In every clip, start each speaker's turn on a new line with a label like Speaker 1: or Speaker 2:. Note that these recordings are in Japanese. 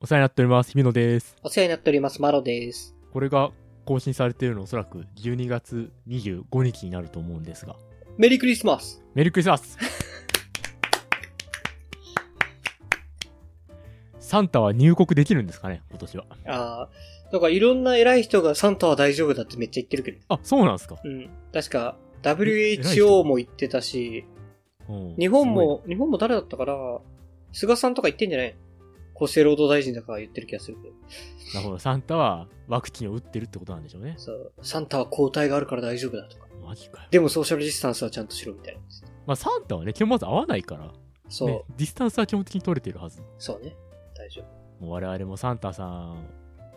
Speaker 1: お世話になっております。姫野です。
Speaker 2: お世話になっております、マロです。
Speaker 1: これが更新されているのおそらく12月25日になると思うんですが。
Speaker 2: メリークリスマス
Speaker 1: メリークリスマ スサンタは入国できるんですかね今年は。
Speaker 2: ああ、なんかいろんな偉い人がサンタは大丈夫だってめっちゃ言ってるけど。
Speaker 1: あ、そうなんですか。
Speaker 2: うん。確か、
Speaker 1: 偉い人
Speaker 2: WHO も言ってたし、
Speaker 1: うん
Speaker 2: 日本。も、日本も誰だったかな菅さんとか言ってんじゃない厚生労働大臣だから言ってる気がするけど。
Speaker 1: すごいなるほど。サンタはワクチンを打ってるってことなんでしょうね。
Speaker 2: そう。サンタは抗体があるから大丈夫だとか。
Speaker 1: マジかよ。
Speaker 2: でもソーシャルディスタンスはちゃんとしろみたいな。
Speaker 1: まあサンタはね、基本まず会わないから、
Speaker 2: そう、
Speaker 1: ね、ディスタンスは基本的に取れてるはず。
Speaker 2: そうね。大丈夫。
Speaker 1: もう我々もサンタさん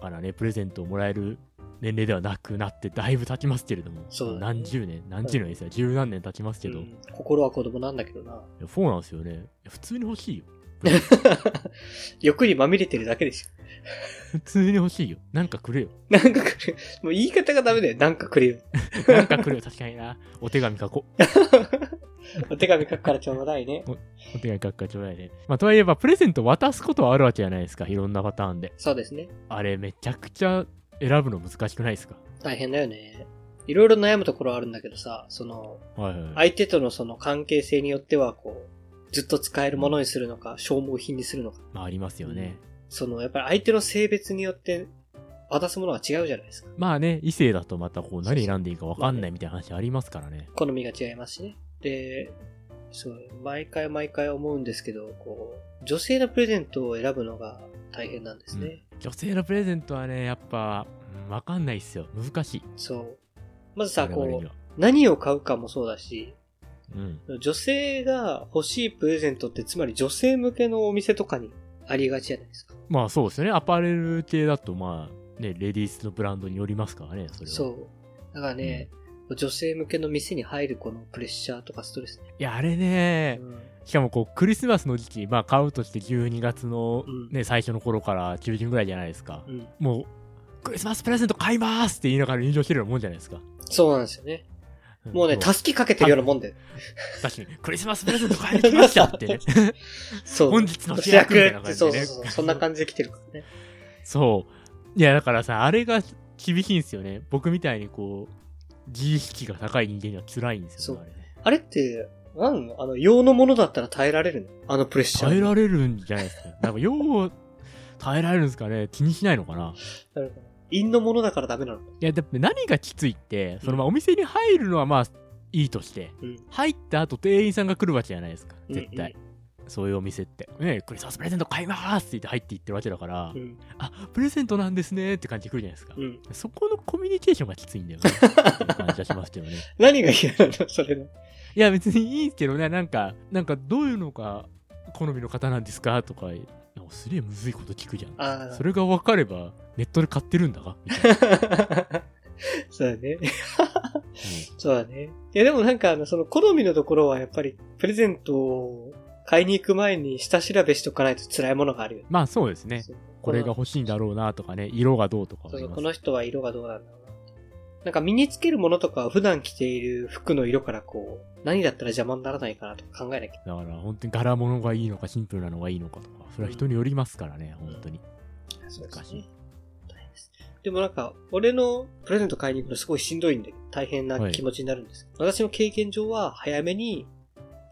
Speaker 1: からね、プレゼントをもらえる年齢ではなくなって、だいぶ経ちますけれども、
Speaker 2: そうだね
Speaker 1: 何十年、何十年ですよ、十何年経ちますけど、
Speaker 2: う
Speaker 1: い
Speaker 2: ん心は子供なんだけどな。
Speaker 1: やそうなんですよね。いや普通に欲しいよ。
Speaker 2: 欲にまみれてるだけですよ。
Speaker 1: 普通に欲しいよ。なんかくれよ。
Speaker 2: なんかくれ、もう言い方がダメだよ。なんかくれよ。
Speaker 1: なんかくれよ、確かにな。お手紙書こう。
Speaker 2: お手紙書くからちょうだいね。
Speaker 1: お手紙書くからちょうだいね。まあ、とはいえば、プレゼント渡すことはあるわけじゃないですか、いろんなパターンで。
Speaker 2: そうですね。
Speaker 1: あれ、めちゃくちゃ選ぶの難しくないですか
Speaker 2: 大変だよね。いろいろ悩むところあるんだけどさ、その、
Speaker 1: はいはい。
Speaker 2: 相手とのその関係性によっては、こう、ずっと使えるものにするのか、消耗品にするのか。
Speaker 1: まあ、ありますよね。
Speaker 2: その、やっぱり相手の性別によって、渡すものが違うじゃないですか。
Speaker 1: まあね、異性だとまたこう、何選んでいいか分かん
Speaker 2: そ
Speaker 1: な
Speaker 2: うそ
Speaker 1: いみたいな話ありますからね。
Speaker 2: 好みが違いますしね。で、そう、毎回毎回思うんですけど、こう、女性のプレゼントを選ぶのが大変なんですね。
Speaker 1: 女性のプレゼントはねやっぱうんわかんないっすよ難しい
Speaker 2: そう。まずさ、
Speaker 1: 我々
Speaker 2: こ
Speaker 1: に
Speaker 2: う
Speaker 1: は、
Speaker 2: 何を買うかもそうだし、
Speaker 1: うん
Speaker 2: 女性が欲しいプレゼントってつまり女性向けのお店とかにありがちじゃないですか。
Speaker 1: まあそうですよねアパレル系だとまあねレディースのブランドによりますからねそれは
Speaker 2: そう。だからね、女性向けの店に入るこのプレッシャーとかストレスね。
Speaker 1: いやあれね
Speaker 2: うん
Speaker 1: しかもこうクリスマスの時期まあ買うとして12月の
Speaker 2: うん
Speaker 1: ね、最初の頃から中旬ぐらいじゃないですか、
Speaker 2: うん。
Speaker 1: もうクリスマスプレゼント買いますって言いながら入場してるようなもんじゃないですか
Speaker 2: そうなんですよね。もうね、
Speaker 1: ん
Speaker 2: たすきかけてるようなもんで。
Speaker 1: 確かにクリスマスプレゼント買いに来ましたってね
Speaker 2: そう。
Speaker 1: 本日の主
Speaker 2: 主役
Speaker 1: 役みたいな感
Speaker 2: って
Speaker 1: じ
Speaker 2: そ
Speaker 1: で
Speaker 2: うそ
Speaker 1: ね
Speaker 2: うそう。そんな感じで来てるからね。
Speaker 1: そう。いや、だからさ、あれが厳しいんですよね。僕みたいにこう、自意識が高い人間には辛いんですよね。
Speaker 2: あれって、なんあの、用のものだったら耐えられるのあのプレッシャ
Speaker 1: あ
Speaker 2: ー。
Speaker 1: れ耐えられるんじゃないですか。なんか、よう、耐えられるんですかね。気にしないのかな。
Speaker 2: なるほど陰のものだからダメなの。
Speaker 1: いや、だって何がきついって、そのまあお店に入るのはまあ、いいとして、
Speaker 2: うん
Speaker 1: 入った後店員さんが来るわけじゃないですか。絶対。
Speaker 2: う
Speaker 1: そういうお店って。ねクリスマスプレゼント買いまーすって言って入っていってるわけだから、
Speaker 2: んうん。
Speaker 1: あ、プレゼントなんですねって感じで来るじゃないですか。
Speaker 2: うん。うん
Speaker 1: そこのコミュニケーションがきついんだ よね。っていう感じがしますけどね。
Speaker 2: 何が嫌なのそれの。
Speaker 1: いや別にいいんすけどねなんかなんかどういうのが好みの方なんですかとかなんかすげえむずいこと聞くじゃ
Speaker 2: あ
Speaker 1: ん
Speaker 2: あ
Speaker 1: そ。れが分かればネットで買ってるんだがみたいな
Speaker 2: そうだね。
Speaker 1: うん
Speaker 2: そうだね。いやでもなんかあの、その好みのところはやっぱりプレゼントを買いに行く前に下調べしとかないと辛いものがあるよね。
Speaker 1: まあそうですね
Speaker 2: そう
Speaker 1: これが
Speaker 2: の
Speaker 1: 欲しいんだろうなとかね色がどうとかは
Speaker 2: そう
Speaker 1: あり
Speaker 2: そう、
Speaker 1: ま
Speaker 2: こ
Speaker 1: す
Speaker 2: の人は色がどうなんだろうな。なんか身につけるものとかは普段着ている服の色からこう、何だったら邪魔にならないかなとか考えなきゃ。
Speaker 1: だから本当に柄物がいいのかシンプルなのがいいのかとかそれは人によりますからね本当に
Speaker 2: そう
Speaker 1: ですね。
Speaker 2: 大変です。でもなんか、俺のプレゼント買いに行くのすごいしんどいんで、大変な気持ちになるんです。私の経験上は早めに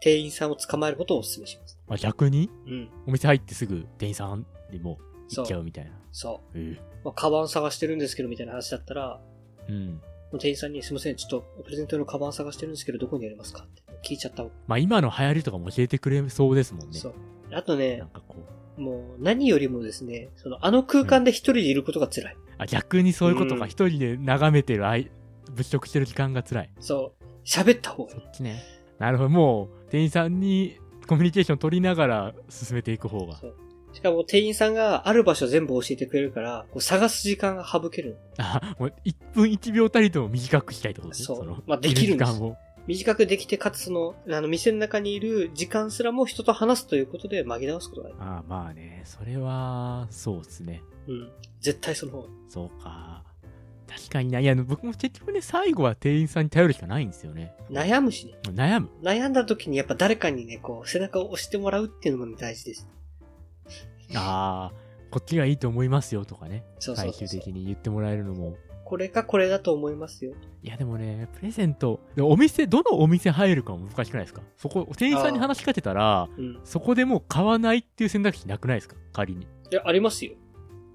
Speaker 2: 店員さんを捕まえることをお勧めします。
Speaker 1: まあ逆に
Speaker 2: うん。
Speaker 1: お店入ってすぐ店員さんでもう行っちゃうみたいな
Speaker 2: そう。
Speaker 1: え
Speaker 2: まあ、カバン探してるんですけどみたいな話だったら、
Speaker 1: えうん
Speaker 2: 店員さんにすいません、ちょっとプレゼント用のカバン探してるんですけど、どこにありますかって聞いちゃったわ、
Speaker 1: まあ今の流行りとかも教えてくれそうですもんね
Speaker 2: そう。あとね
Speaker 1: なん、かこう
Speaker 2: もう何よりもですね、そのあの空間で一人でいることが辛い。
Speaker 1: あ逆にそういうこと
Speaker 2: う
Speaker 1: か
Speaker 2: ん
Speaker 1: 一人で眺めてるあい物色してる時間が辛い
Speaker 2: そう。喋った方がい
Speaker 1: そ
Speaker 2: い。
Speaker 1: っちねなるほどもう店員さんにコミュニケーション取りながら進めていく方が
Speaker 2: そうしかも店員さんがある場所全部教えてくれるから、こう探す時間が省ける。
Speaker 1: あもう1分1秒たりとも短くしたいってことですね
Speaker 2: そう
Speaker 1: の
Speaker 2: まあできるんです
Speaker 1: い時間を
Speaker 2: 短くできて、かつその、あの、店の中にいる時間すらも人と話すということで紛らわすことがで
Speaker 1: ああまあねそれはそうですね
Speaker 2: きる。うん。絶対その方がいい。
Speaker 1: そうか確かにないや僕も結局ね最後は店員さんに頼るしかないんですよね
Speaker 2: 悩むしね。
Speaker 1: 悩む
Speaker 2: 悩んだ時にやっぱ誰かにね、こう、背中を押してもらうっていうのも大事です。
Speaker 1: ああこっちがいいと思いますよとかね、
Speaker 2: そうそ
Speaker 1: 最
Speaker 2: うそ
Speaker 1: 終
Speaker 2: うそう
Speaker 1: 的に言ってもらえるのも。
Speaker 2: これがこれだと思いますよ。
Speaker 1: いやでもね、プレゼント、でもお店、どのお店入るかも難しくないですかそこ、店員さんに話しかけたら、
Speaker 2: うん。
Speaker 1: そこでもう買わないっていう選択肢なくないですか仮に。
Speaker 2: いや、ありますよ。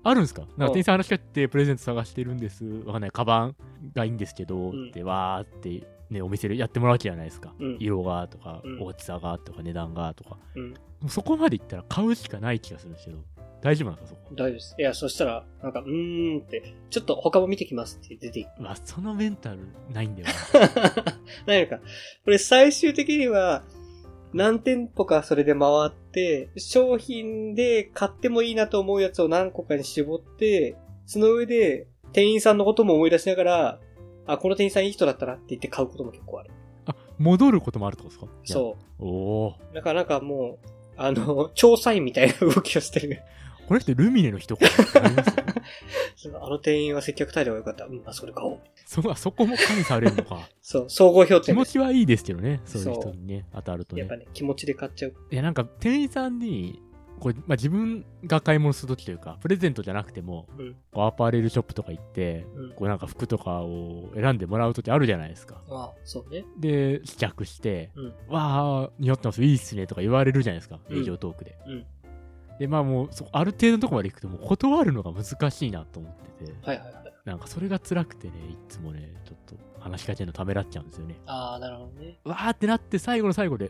Speaker 1: あるんですかなんか
Speaker 2: うん
Speaker 1: 店員さん話しかけてプレゼント探してるんです。わかんない。カバンがいいんですけど、
Speaker 2: ん
Speaker 1: ってわーってね、お店でやってもらうわけじゃないですか。
Speaker 2: うん
Speaker 1: 色がとか
Speaker 2: う、ん
Speaker 1: 大きさがとか、値段がとか。
Speaker 2: うん。
Speaker 1: もうそこまでいったら買うしかない気がするんですけど、大丈夫なんですかそこ。
Speaker 2: 大丈夫です。いや、そしたら、なんか、うーんって、ちょっと他も見てきますって出ていく。
Speaker 1: うわ、そのメンタルないんだよな。
Speaker 2: 何やか。これ最終的には、何店舗かそれで回って、商品で買ってもいいなと思うやつを何個かに絞って、その上で店員さんのことも思い出しながら、あ、この店員さんいい人だったなって言って買うことも結構ある。
Speaker 1: あ、戻ることもあるってことですか。
Speaker 2: そう
Speaker 1: おー。
Speaker 2: う。だからなんかもう、あの、調査員みたいな動きをしてる。
Speaker 1: この人ルミネの人かなあります
Speaker 2: そのあの店員は接客態度が良かった。うん、あそこで買おう。
Speaker 1: そあそこも加味されるのか。
Speaker 2: そう、総合評
Speaker 1: 気
Speaker 2: 点で
Speaker 1: 持
Speaker 2: す。
Speaker 1: ちはいいですけどね、そういう
Speaker 2: そ
Speaker 1: 人
Speaker 2: う
Speaker 1: にね、当たると
Speaker 2: や
Speaker 1: ね
Speaker 2: っぱ。ね、気持ちで買っちゃう。
Speaker 1: いや、なんか店員さんに、こうまあ、自分が買い物するときというか、プレゼントじゃなくても、
Speaker 2: うん、
Speaker 1: こうアパレルショップとか行って、
Speaker 2: うん。
Speaker 1: こうなんか服とかを選んでもらうときあるじゃないですか。
Speaker 2: まあ、そうね。
Speaker 1: で、試着して、
Speaker 2: うん
Speaker 1: わあ、似合ってます、いいっすねとか言われるじゃないですか、
Speaker 2: うん
Speaker 1: 営業トークで。
Speaker 2: うん
Speaker 1: で、まあもう、そある程度のとこまで行くと、もう断るのが難しいなと思ってて、
Speaker 2: はいはいはい。
Speaker 1: なんかそれが辛くてね、いつもね、ちょっと話しかけるのためらっちゃうんですよね。
Speaker 2: ああ、なるほどね。
Speaker 1: わーってなって最後の最後で、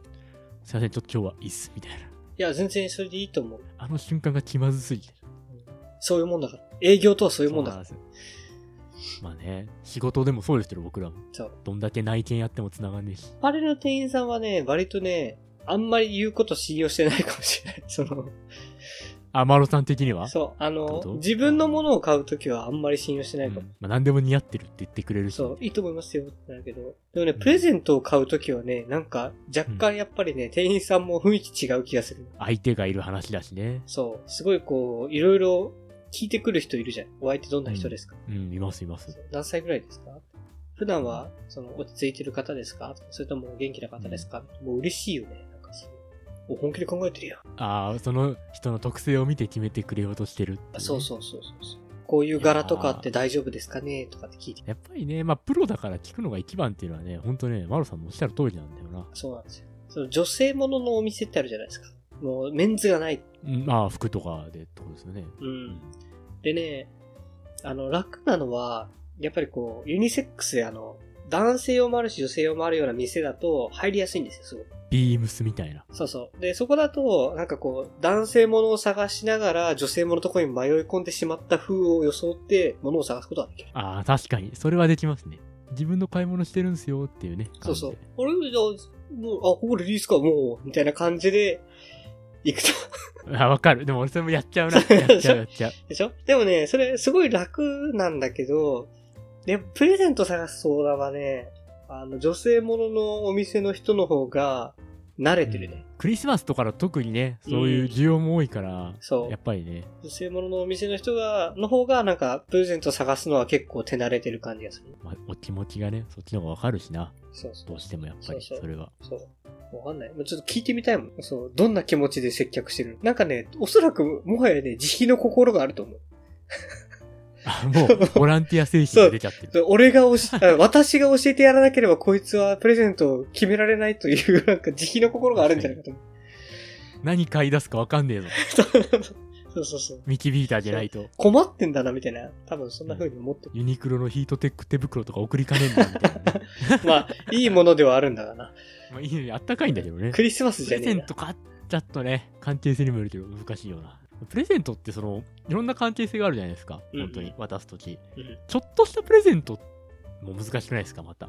Speaker 1: すいません、ちょっと今日はいいっす、みたいな。
Speaker 2: いや、全然それでいいと思う。
Speaker 1: あの瞬間が気まずすぎて。
Speaker 2: そういうもんだから。営業とはそう
Speaker 1: そ
Speaker 2: いうもんだから。
Speaker 1: うなんですよまあね、仕事でもそうですけど、僕らも。
Speaker 2: そう。
Speaker 1: どんだけ内見やっても繋がんねえし。
Speaker 2: アパレルの店員さんはね、割とね、あんまり言うこと信用してないかもしれない。 その、
Speaker 1: あ、マロさん的には
Speaker 2: そう、あ
Speaker 1: どういうこ
Speaker 2: の
Speaker 1: と、
Speaker 2: 自分のものを買うときはあんまり信用してな
Speaker 1: う
Speaker 2: い
Speaker 1: ん
Speaker 2: かも。
Speaker 1: まあ、何でも似合ってるって言ってくれるし。
Speaker 2: そう、いいと思いますよってなるけど。でもね、
Speaker 1: うん
Speaker 2: プレゼントを買うときはね、なんか、若干やっぱりね、店員さんも雰囲気違う気がする。
Speaker 1: 相手がいる話だしね。
Speaker 2: そう、すごいこう、いろいろ聞いてくる人いるじゃん。お相手どんな人ですか、
Speaker 1: うん、いますいます。
Speaker 2: 何歳ぐらいですか普段は、その、落ち着いてる方ですかそれとも元気な方ですか、もう嬉しいよね。なんかそうお本気で考えてるやん。
Speaker 1: ああ、その人の特性を見て決めてくれようとしてるっていね、
Speaker 2: そうそうそうそうそう。こういう柄とかって大丈夫ですかねとかって聞いて。
Speaker 1: やっぱりね、まあ、プロだから聞くのが一番っていうのはね、ほんとね、マロさんのおっしゃる通りなんだよな。
Speaker 2: そうなんですよ。その女性もののお店ってあるじゃないですか。もうメンズがない。
Speaker 1: うん、まあ、服とかでってことですよね。
Speaker 2: う
Speaker 1: うん
Speaker 2: ん。でね、あの、楽なのは、やっぱりこう、ユニセックスであの、男性用もあるし女性用もあるような店だと入りやすいんですよ、すごい。
Speaker 1: ビームスみたいな。
Speaker 2: そうそう。で、そこだと、なんかこう、男性ものを探しながら、女性もののところに迷い込んでしまった風を装って、ものを探すことができる。
Speaker 1: ああ、確かに。それはできますね。自分の買い物してるんですよっていうね。
Speaker 2: そうそう
Speaker 1: 感じで。
Speaker 2: あれじゃあ、もう、あ、ここレディースか、もう、みたいな感じで、行くと。
Speaker 1: あ、わかる。でも俺それもやっちゃうな。やっちゃう、やっちゃう。
Speaker 2: でしょでもね、それ、すごい楽なんだけど、で、プレゼント探す相談はね、あの、女性もののお店の人の方が、慣れてるね。
Speaker 1: クリスマスとかの特にね、そういう需要も多いから、
Speaker 2: そう
Speaker 1: やっぱりね、
Speaker 2: 女性もののお店の人が、の方が、なんか、プレゼント探すのは結構手慣れてる感じがする。
Speaker 1: まあ、お気持ちがね、そっちの方がわかるしな。
Speaker 2: そうそう
Speaker 1: どうしてもやっぱり、
Speaker 2: そうそう
Speaker 1: それは。
Speaker 2: そう。わかんない。もうちょっと聞いてみたいもん。そう。どんな気持ちで接客してるなんかね、おそらく、もはやね、慈悲の心があると思う。
Speaker 1: あ、もう、 ボランティア精神が出ちゃって
Speaker 2: そう
Speaker 1: る。
Speaker 2: 俺が教 え、あ私が教えてやらなければ、こいつはプレゼントを決められないという、なんか慈悲の心があるんじゃないかと思う。
Speaker 1: 何買い出すかわかんねえぞ。
Speaker 2: そうそうそう。
Speaker 1: 導いたじゃないと。
Speaker 2: 困ってんだな、みたいな。多分そんな風に 思ってる。
Speaker 1: ユニクロのヒートテック手袋とか送りかねえんだみたいなね。
Speaker 2: まあ、いいものではあるんだがな。
Speaker 1: まあいいね、あったかいんだけどね。
Speaker 2: クリスマス
Speaker 1: プ
Speaker 2: じゃ
Speaker 1: レ
Speaker 2: ね
Speaker 1: ゼ
Speaker 2: え
Speaker 1: ン
Speaker 2: な。
Speaker 1: ト買っちゃっとね、関係性にもよるけど難しいよな。プレゼントってその、いろんな関係性があるじゃないですか。
Speaker 2: うん
Speaker 1: 本当に渡すとき。
Speaker 2: うん
Speaker 1: ちょっとしたプレゼントも難しくないですか、また。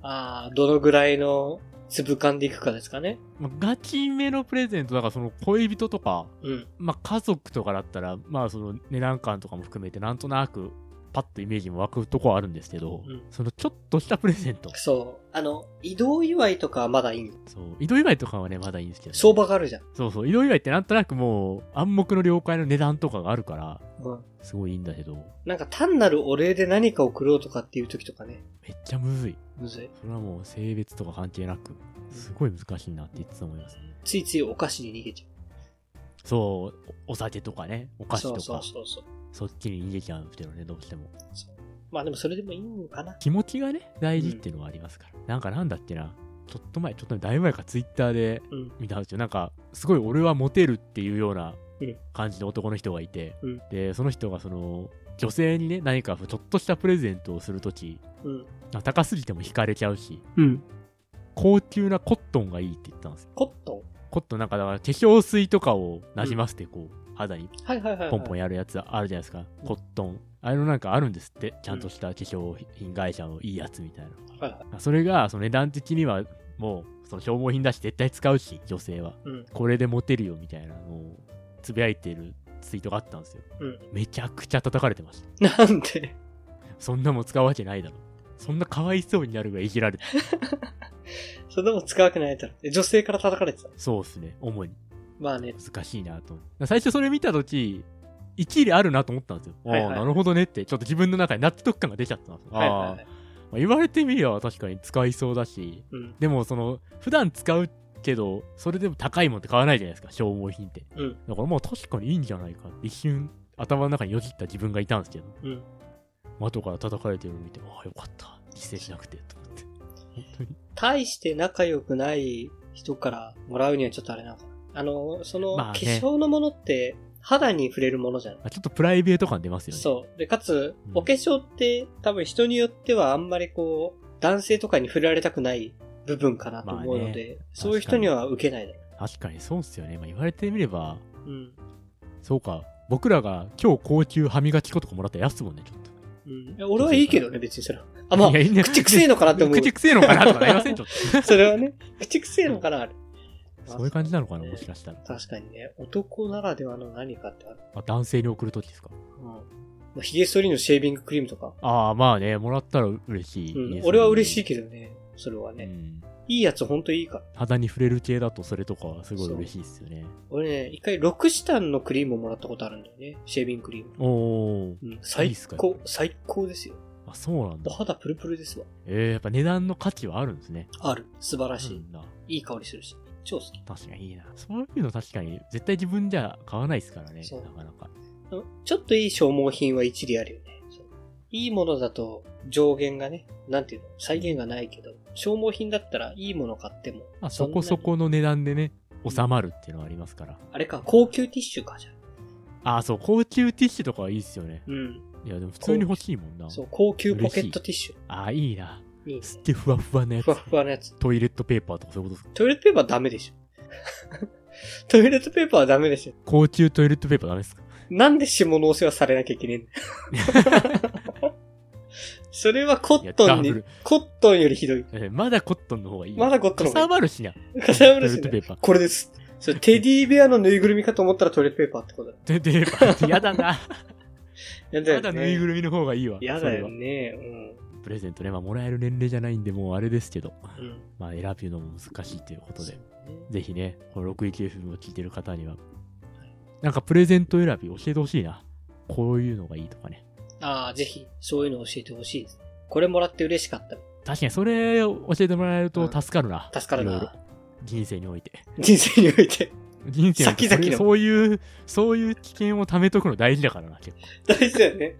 Speaker 2: ああ、どのぐらいの粒感でいくかですかね。
Speaker 1: まあガチめのプレゼント、だからその恋人とか、
Speaker 2: うん。
Speaker 1: まあ家族とかだったら、まあその値段感とかも含めてなんとなく、パッとイメージも湧くとこはあるんですけど、
Speaker 2: うん
Speaker 1: そのちょっとしたプレゼント。
Speaker 2: そう。あの、移動祝いとかはまだいい。
Speaker 1: そう。移動祝いとかはね、まだいいんですけど、
Speaker 2: 相場があるじゃん。
Speaker 1: そうそう。移動祝いってなんとなくもう暗黙の了解の値段とかがあるから、
Speaker 2: うん。
Speaker 1: すごいいいんだけど、
Speaker 2: なんか単なるお礼で何か送ろうとかっていう時とかね。
Speaker 1: めっちゃむずい。
Speaker 2: むずい。
Speaker 1: それはもう性別とか関係なく、すごい難しいなっていつも思いますね。
Speaker 2: ついついお菓子に逃げちゃ
Speaker 1: そう、お酒とかね、お菓子と
Speaker 2: そう
Speaker 1: か、そ
Speaker 2: そうそうそう。
Speaker 1: っちに逃げちゃうんですけどね、どうしても。
Speaker 2: まあでもそれでもいいのかな。
Speaker 1: 気持ちがね、大事っていうのはありますから。なんかなんだっけな、ちょっと前、ちょっとだいぶ前か、ツイッターで
Speaker 2: うん。
Speaker 1: 見たんですよ。なんか、すごい俺はモテるっていうような
Speaker 2: うん
Speaker 1: 感じの男の人がいて、
Speaker 2: うん
Speaker 1: で、その人がその、女性にね、何かちょっとしたプレゼントをするとき、
Speaker 2: うん。
Speaker 1: 高すぎても惹かれちゃうし、
Speaker 2: うん。
Speaker 1: 高級なコットンがいいって言ったんですよ。
Speaker 2: コット
Speaker 1: コットンなんかだから化粧水とかをなじませてこう、肌に
Speaker 2: ンはいはいはい、はい。
Speaker 1: ポンポン
Speaker 2: や。
Speaker 1: やるやつあるじゃないですか。
Speaker 2: うん
Speaker 1: コットン。あれのなんかあるんですって。ちゃんとした化粧品会社のいいやつみたい
Speaker 2: はいはい。
Speaker 1: な。それが、その値段的にはもう、その消耗品だし絶対使うし、女性は。
Speaker 2: うん。
Speaker 1: これでモテるよみたいなのをつぶやいてるツイートがあったんですよ。
Speaker 2: うん。
Speaker 1: めちゃくちゃ叩かれてました。
Speaker 2: なんで
Speaker 1: そんなもん使うわけないだろ。そんなかわいそうになるぐらいいじられて。
Speaker 2: それでも使うわけないだろ。え女性から叩かれてた。
Speaker 1: そうですね。主に。
Speaker 2: まあね。
Speaker 1: 難しいなと思って最初それ見た時一理あるなと思ったんですよ、
Speaker 2: はいはい
Speaker 1: ああなるほどねってちょっと自分の中に納得感が出ちゃったんですよ、
Speaker 2: はいはい
Speaker 1: ああ
Speaker 2: はい。
Speaker 1: まあ言われてみれば確かに使いそうだし
Speaker 2: うん。
Speaker 1: でもその普段使うけどそれでも高いもんって買わないじゃないですか消耗品って
Speaker 2: うん。
Speaker 1: だからまあ確かにいいんじゃないかって一瞬頭の中によぎった自分がいたんですけど
Speaker 2: うん。
Speaker 1: 後から叩かれてるのを見てああよかった一斉しなくてと思って本当に
Speaker 2: 大して仲良くない人からもらうにはちょっとあれなのかな。あの、その、
Speaker 1: まあ
Speaker 2: 化
Speaker 1: ね
Speaker 2: 粧のものって肌に触れるものじゃない
Speaker 1: まあちょっとプライベート感出ますよね
Speaker 2: そう。で、かつ
Speaker 1: う、ん
Speaker 2: お化粧って多分人によってはあんまりこう、男性とかに触れられたくない部分かなと思うの
Speaker 1: まあ
Speaker 2: で、そういう人には受けないだろ
Speaker 1: 確かにそうっすよね、まあ、言われてみれば
Speaker 2: う。うん。
Speaker 1: そうか。僕らが今日高級歯磨き粉とかもらったら安もんね、ちょっと。
Speaker 2: うんいや。俺はいいけどね、別にそれは。あ、まあ
Speaker 1: いや、いいね
Speaker 2: 口くせえのかなって思う。
Speaker 1: 口くせえのかなとかなりません、ちょっと。
Speaker 2: それはね、口くせえのかな、あれ。
Speaker 1: そういう感じなのかな、もしかしたら。
Speaker 2: 確かにね、男ならではの何かってある。
Speaker 1: あ男性に送るときですか。
Speaker 2: うん。まあ、髭剃りのシェービングクリームとか。
Speaker 1: ああ、まあね、もらったら嬉しい、
Speaker 2: うん。俺は嬉しい
Speaker 1: け
Speaker 2: けどね、それはね。
Speaker 1: うん。
Speaker 2: いいやつほんといいから。
Speaker 1: 肌に触れる系だとそれとかはすごい嬉しいですよね。
Speaker 2: 俺ね、一回ロクシタンのクリームをもらったことあるんだよね。シェービングクリーム。
Speaker 1: おー。
Speaker 2: う
Speaker 1: い
Speaker 2: ん
Speaker 1: い
Speaker 2: 最
Speaker 1: っすか
Speaker 2: 高、最高ですよ。
Speaker 1: あ、そうなん
Speaker 2: お
Speaker 1: だ。
Speaker 2: 肌プルプルですわ。
Speaker 1: えー、やっぱ値段の価値はあるんですね。
Speaker 2: ある。素晴らしい。
Speaker 1: うんだ。
Speaker 2: いい香りするし。超好き。
Speaker 1: 確かにいいな。そういうの確かに、絶対自分じゃ買わないですからね、
Speaker 2: そう
Speaker 1: なかなか。
Speaker 2: うんちょっといい消耗品は一理あるよね。そういいものだと上限がね、なんていうの、再現がないけど、消耗品だったらいいもの買っても、
Speaker 1: まあ、そ
Speaker 2: そんなに
Speaker 1: こそこの値段でね、収まるっていうのはありますから。
Speaker 2: あれか、高級ティッシュか、じゃあ。
Speaker 1: ああ、そう、高級ティッシュとかはいいっすよね。
Speaker 2: うん。
Speaker 1: いや、でも普通に欲しいもんな。
Speaker 2: そう、高級ポケットティッシ
Speaker 1: ああ、いいな。
Speaker 2: ュ。いいね
Speaker 1: すっげえふわふわなやつ
Speaker 2: ふわ。ふわのやつ。
Speaker 1: トイレットペーパーとかそういうことですか
Speaker 2: トイレットペーパーダメでしょ。 トイレットペーパーはダメでしょ。
Speaker 1: 高級トイレットペーパーダメですか
Speaker 2: なんで下のお世話されなきゃいけねえんだ それはコ
Speaker 1: いや、
Speaker 2: ット
Speaker 1: ダ
Speaker 2: ン
Speaker 1: ブ
Speaker 2: に
Speaker 1: ル、。
Speaker 2: コットンよりひどい。
Speaker 1: えまだコットンの方がいい。
Speaker 2: まだコットンの
Speaker 1: かさ
Speaker 2: 方がいい
Speaker 1: ばるしな。
Speaker 2: かさばるしな
Speaker 1: トイレットペーパー。
Speaker 2: これです。それテディベアのぬいぐるみかと思ったらトイレットペーパーってことだ。
Speaker 1: トイレットペーパーってやだな。
Speaker 2: やだよ
Speaker 1: ま
Speaker 2: ね。
Speaker 1: だぬいぐるみの方がいいわ。
Speaker 2: や
Speaker 1: そ
Speaker 2: だ
Speaker 1: れ
Speaker 2: よ
Speaker 1: は
Speaker 2: ね。
Speaker 1: プレゼントね、まあもらえる年齢じゃないんで、もうあれですけど。
Speaker 2: うん。うん。
Speaker 1: まあ選ぶのも難しいということで。
Speaker 2: そうね
Speaker 1: ぜひね、この 61FM を聞いてる方には、なんかプレゼント選び教えてほしいな。こういうのがいいとかね。
Speaker 2: ああ、ぜひ、そういうの教えてほしいです。これもらって嬉しかった。
Speaker 1: 確かにそれを教えてもらえると助かるな。
Speaker 2: 助かる
Speaker 1: いろいろ
Speaker 2: な。
Speaker 1: 人生において。
Speaker 2: 人生において。
Speaker 1: 人生において
Speaker 2: 先々の
Speaker 1: そういう、そういう危険を貯めとくの大事だからな、結構。
Speaker 2: 大事だよね。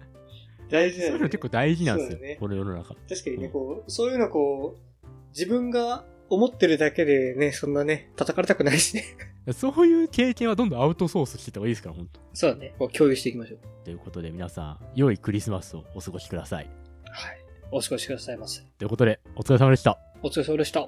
Speaker 2: 大事
Speaker 1: そうい
Speaker 2: だよ
Speaker 1: う
Speaker 2: ね。
Speaker 1: の結構大事なんです
Speaker 2: そ
Speaker 1: よ、
Speaker 2: うだね
Speaker 1: この世の中。
Speaker 2: 確かにね、こう、そういうのこう、自分が思ってるだけでね、そんなね、叩かれたくないしね。
Speaker 1: そういう経験はどんどんアウトソースしていった方がいいですから、本当
Speaker 2: そうだね。こう共有していきましょう。
Speaker 1: ということで皆さん、良いクリスマスをお過ごしください。
Speaker 2: はい。お過ごしくださいませ。
Speaker 1: ということで、お疲れ様でした。
Speaker 2: お疲れ様でした。